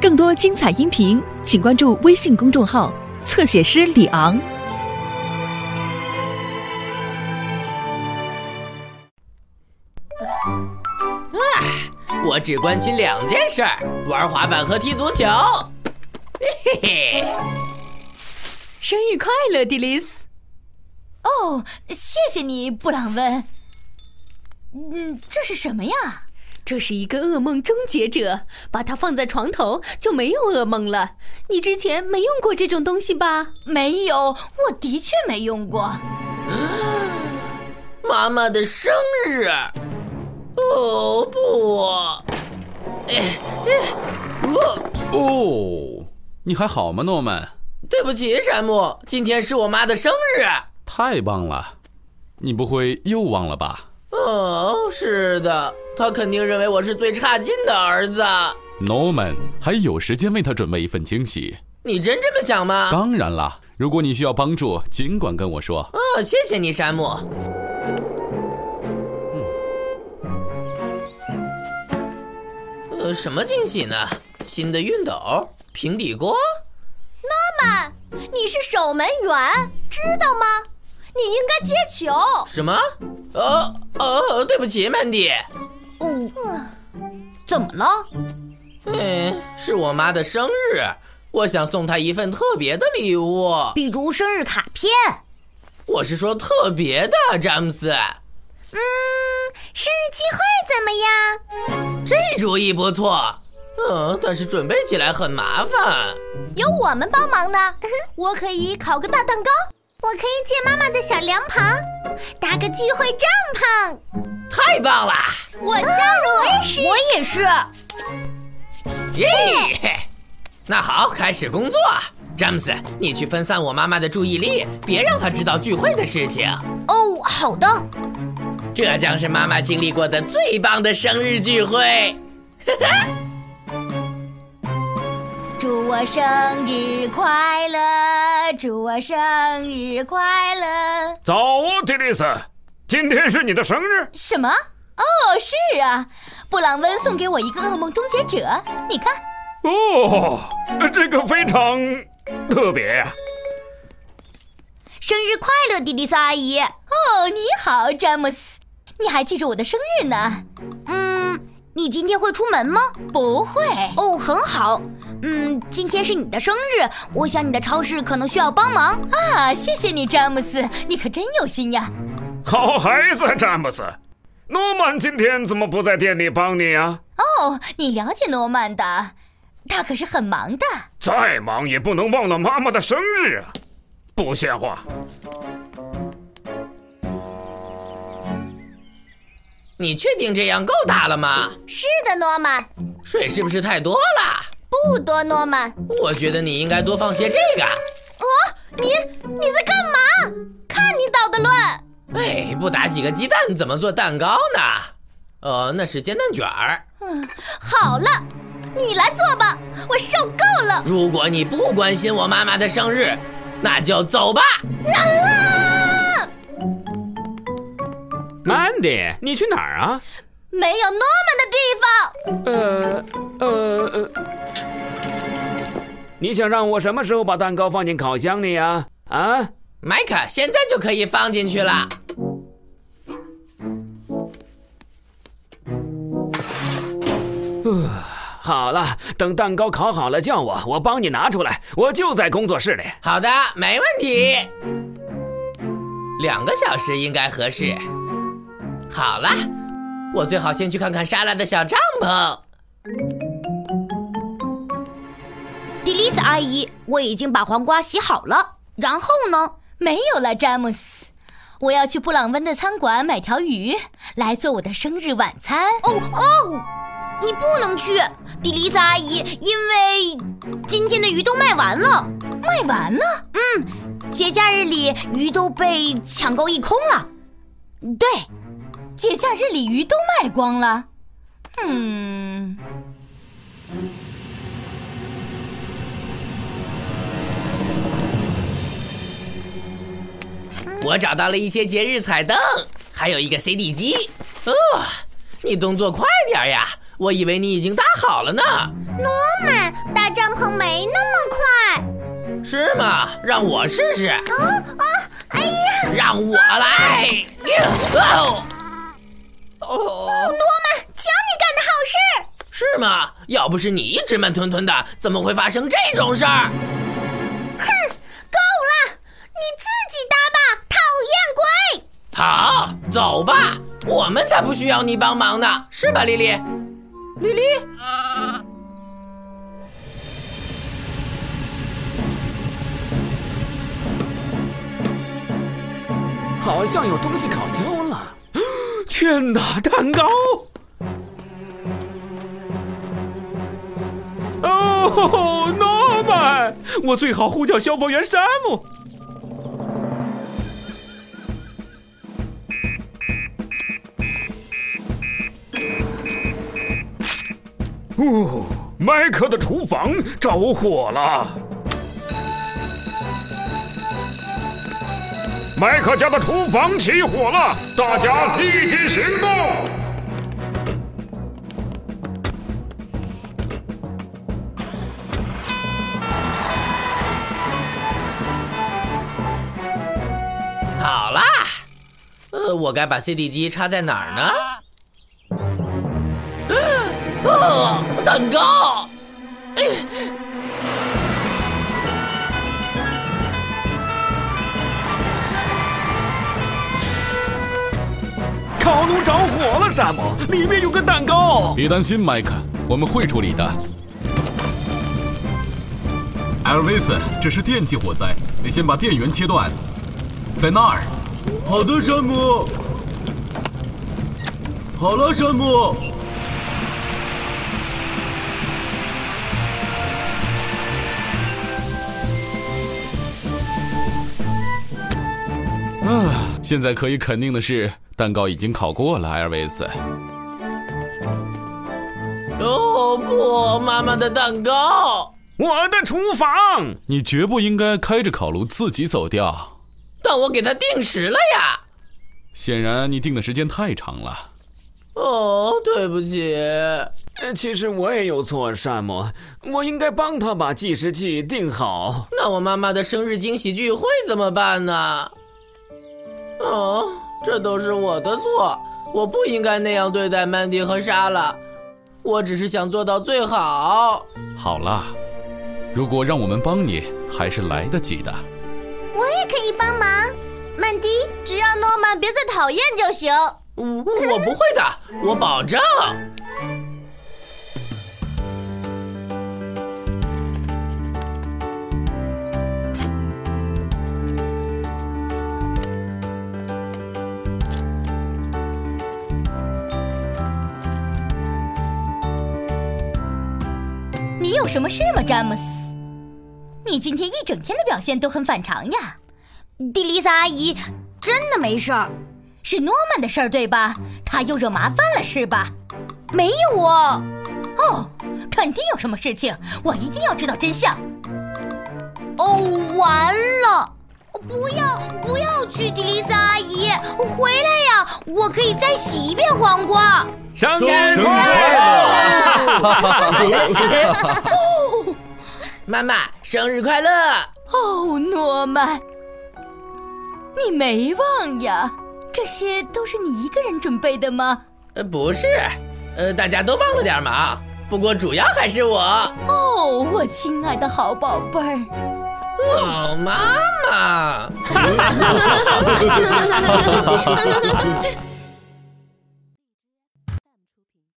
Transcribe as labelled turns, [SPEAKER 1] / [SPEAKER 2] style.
[SPEAKER 1] 更多精彩音频，请关注微信公众号“侧写师李昂
[SPEAKER 2] 我只关心两件事儿：玩滑板和踢足球。嘿嘿，
[SPEAKER 3] 生日快乐，迪丽斯！
[SPEAKER 4] 哦，谢谢你，布朗温。嗯，这是什么呀？
[SPEAKER 3] 这是一个噩梦终结者，把它放在床头就没有噩梦了。你之前没用过这种东西吧？
[SPEAKER 4] 没有，我的确没用过。
[SPEAKER 2] 妈妈的生日。哦不，
[SPEAKER 5] 哦，你还好吗，诺曼？
[SPEAKER 2] 对不起，山姆，今天是我妈的生日。
[SPEAKER 5] 太棒了！你不会又忘了吧？
[SPEAKER 2] 哦，是的，她肯定认为我是最差劲的儿子。
[SPEAKER 5] 诺曼还有时间为他准备一份惊喜。
[SPEAKER 2] 你真这么想吗？
[SPEAKER 5] 当然啦，如果你需要帮助，尽管跟我说。
[SPEAKER 2] 哦，谢谢你，山姆。嗯呃，什么惊喜呢？新的熨斗、平底锅。
[SPEAKER 6] 你是守门员，知道吗？你应该接球。
[SPEAKER 3] 哦
[SPEAKER 2] 什么？呃呃，对不起，曼迪，
[SPEAKER 4] 嗯，怎么了？
[SPEAKER 2] 嗯，是我妈的生日，我想送她一份特别的礼物。
[SPEAKER 6] 比如生日卡片，
[SPEAKER 2] 我是说特别的，詹姆斯，
[SPEAKER 6] 生日聚会怎么样？
[SPEAKER 2] 这主意不错。嗯，但是准备起来很麻烦。
[SPEAKER 6] 有我们帮忙呢。 我可以烤个大蛋糕，我可以借妈妈的小凉棚，搭个聚会帐篷。
[SPEAKER 2] 太棒了！
[SPEAKER 6] 我加入，啊我也是。
[SPEAKER 4] 我也是。
[SPEAKER 2] 耶、那好，开始工作。詹姆斯，你去分散我妈妈的注意力，别让她知道聚会的事情。
[SPEAKER 6] 哦，好的。
[SPEAKER 2] 这将是妈妈经历过的最棒的生日聚会。
[SPEAKER 6] 祝我生日快乐，祝我生日快乐。
[SPEAKER 7] 早哦，迪丽斯，今天是你的生日，
[SPEAKER 4] 什么？
[SPEAKER 6] 哦，是啊，布朗温送给我一个噩梦终结者，你看，
[SPEAKER 7] 哦，这个非常特别啊呀、
[SPEAKER 6] 生日快乐，迪丽斯阿姨。哦，你好，詹姆斯，你还记着我的生日呢？嗯，你今天会出门吗？
[SPEAKER 4] 不会。
[SPEAKER 6] 哦，很好。嗯，今天是你的生日，我想你的超市可能需要帮忙啊。
[SPEAKER 4] 啊，谢谢你，詹姆斯，你可真有心呀！
[SPEAKER 7] 好孩子，詹姆斯。诺曼今天怎么不在店里帮你啊？
[SPEAKER 4] 哦，你了解诺曼的，他可是很忙的。
[SPEAKER 7] 再忙也不能忘了妈妈的生日啊！不像话，
[SPEAKER 2] 你确定这样够大了吗？
[SPEAKER 6] 是的，诺曼，
[SPEAKER 2] 水是不是太多了？
[SPEAKER 6] 不多，诺曼。
[SPEAKER 2] 我觉得你应该多放些这个。
[SPEAKER 6] 你你在干嘛？看你捣的乱！
[SPEAKER 2] 哎，不打几个鸡蛋怎么做蛋糕呢？呃，那是煎蛋卷儿。
[SPEAKER 6] 好了，你来做吧，我受够了。
[SPEAKER 2] 如果你不关心我妈妈的生日，那就走吧。
[SPEAKER 7] 曼迪，你去哪儿啊？
[SPEAKER 6] 没有诺曼的地方，
[SPEAKER 7] 呃呃呃，你想让我什么时候把蛋糕放进烤箱里呀、啊？啊？
[SPEAKER 2] 麦克，现在就可以放进去了。
[SPEAKER 7] 好了，等蛋糕烤好了叫我，我帮你拿出来，我就在工作室里。
[SPEAKER 2] 好的，没问题。两个小时应该合适。好了，我最好先去看看莎拉的小帐篷。
[SPEAKER 6] 迪丽斯阿
[SPEAKER 4] E，
[SPEAKER 6] 姨，我已经把黄瓜洗好了。然后呢？
[SPEAKER 4] 没有了，詹姆斯，我要去布朗温的餐馆买条鱼来做我的生日晚餐。
[SPEAKER 6] 哦哦，你不能去，迪丽斯阿姨，因为今天的鱼都卖完了，嗯
[SPEAKER 4] 卖完了，
[SPEAKER 6] 节假日里鱼都被抢购一空了。
[SPEAKER 4] 对，节假日鲤鱼都卖光了。嗯，
[SPEAKER 2] 我找到了一些节日彩灯，还有一个 CD 机。哦，你动作快点呀！我以为你已经搭好了呢。
[SPEAKER 6] 曼，搭嗯帐篷没那么快。
[SPEAKER 2] 是吗？让我试试。啊啊！
[SPEAKER 6] 哦
[SPEAKER 2] 哎呀！让我来。呀哦哦，
[SPEAKER 6] 瞧你干的好事！
[SPEAKER 2] 是吗？要不是你一直慢吞吞的，怎么会发生这种事儿？
[SPEAKER 6] 你自己搭吧，讨厌鬼！
[SPEAKER 2] 好，走吧，我们才不需要你帮忙呢，是吧，丽丽？丽丽，
[SPEAKER 7] 好像有东西烤焦了。 天哪，蛋糕！哦，Norman，我最好呼叫消防员山姆。哦，麦克的厨房着火了。麦克家的厨房起火了，大家立即行动！
[SPEAKER 2] 好啦，呃，我该把 CD 机插在哪儿呢？啊， 哦蛋糕！
[SPEAKER 7] 烤炉着火了，山姆，里面有个蛋糕。
[SPEAKER 5] 别担心，麦克，我们会处理的。艾维斯，这是电气火灾，得先把电源切断。在那儿。好的，山姆。好了，山姆。啊，现在可以肯定的是，蛋糕已经烤过了，艾尔维斯。
[SPEAKER 2] 哦不，妈妈的蛋糕！
[SPEAKER 7] 我的厨房，
[SPEAKER 5] 你绝不应该开着烤炉自己走掉。
[SPEAKER 2] 但我给它定时了呀。
[SPEAKER 5] 显然你定的时间太长了。
[SPEAKER 2] 哦，对不起。
[SPEAKER 7] 呃其实我也有错，山姆，我应该帮他把计时器定好。
[SPEAKER 2] 那我妈妈的生日惊喜聚会怎么办呢？哦，这都是我的错，我不应该那样对待曼迪和莎拉，我只是想做到最好。
[SPEAKER 5] 好了，如果让我们帮你，还是来得及的。
[SPEAKER 6] 我也可以帮忙，曼迪，只要诺曼别再讨厌就行。
[SPEAKER 2] 我嗯我不会的，我保证。
[SPEAKER 4] 你有什么事吗，詹姆斯？你今天一整天的表现都很反常呀。
[SPEAKER 6] 迪丽莎阿姨，
[SPEAKER 4] 真的没事儿，是诺曼的事儿对吧？他又惹麻烦了是吧？
[SPEAKER 6] 没有哦。
[SPEAKER 4] 哦，肯定有什么事情，我一定要知道真相。
[SPEAKER 6] 哦，完了！不要不要去，迪丽莎阿姨，回来呀！我可以再洗一遍黄瓜。
[SPEAKER 7] 生
[SPEAKER 5] 日
[SPEAKER 2] 妈妈，生日快乐！
[SPEAKER 4] 哦，诺曼，你没忘呀？这些都是你一个人准备的吗？
[SPEAKER 2] 呃，不是，呃，大家都帮了点忙，不过主要还是我。
[SPEAKER 4] 哦，我亲爱的好宝贝儿，
[SPEAKER 2] 哦，妈妈。